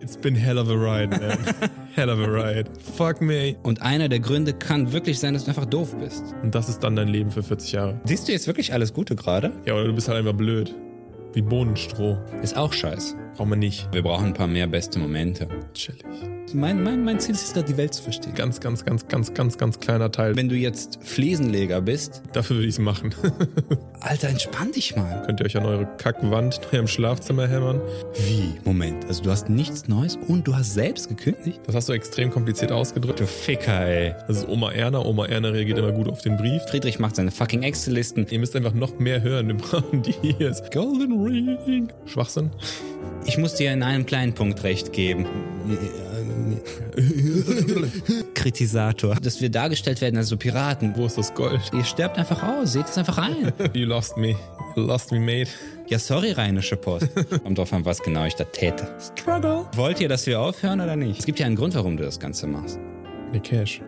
It's been hell of a ride, man. hell of a ride. Fuck me. Und einer der Gründe kann wirklich sein, dass du einfach doof bist. Und das ist dann dein Leben für 40 Jahre. Siehst du jetzt wirklich alles Gute gerade? Ja, oder du bist halt einfach blöd. Wie Bohnenstroh. Ist auch scheiße. Braucht man nicht. Wir brauchen ein paar mehr beste Momente. Chillig. Mein, mein, mein Ziel ist es, da die Welt zu verstehen. Ganz, ganz, ganz, ganz, ganz, ganz kleiner Teil. Wenn du jetzt Fliesenleger bist, Dafür würde ich es machen. Alter, entspann dich mal. Könnt ihr euch an eure Kackwand in eurem Schlafzimmer hämmern. Wie? Moment, also du hast nichts Neues und du hast selbst gekündigt? Das hast du extrem kompliziert ausgedrückt. Du Ficker, ey. Das ist Oma Erna. Oma Erna reagiert immer gut auf den Brief. Friedrich macht seine fucking Excel-Listen. Ihr müsst einfach noch mehr hören. Wir brauchen die hier. Golden Ring. Schwachsinn. Ich muss dir in einem kleinen Punkt recht geben. Kritisator. Dass wir dargestellt werden als so Piraten. Wo ist das Gold? Ihr sterbt einfach aus, seht es einfach ein. You lost me. You lost me, mate. Ja, sorry, rheinische Post. Kommt drauf an, was genau ich da täte. Struggle. Wollt ihr, dass wir aufhören oder nicht? Es gibt ja einen Grund, warum du das Ganze machst. Nee, Cash.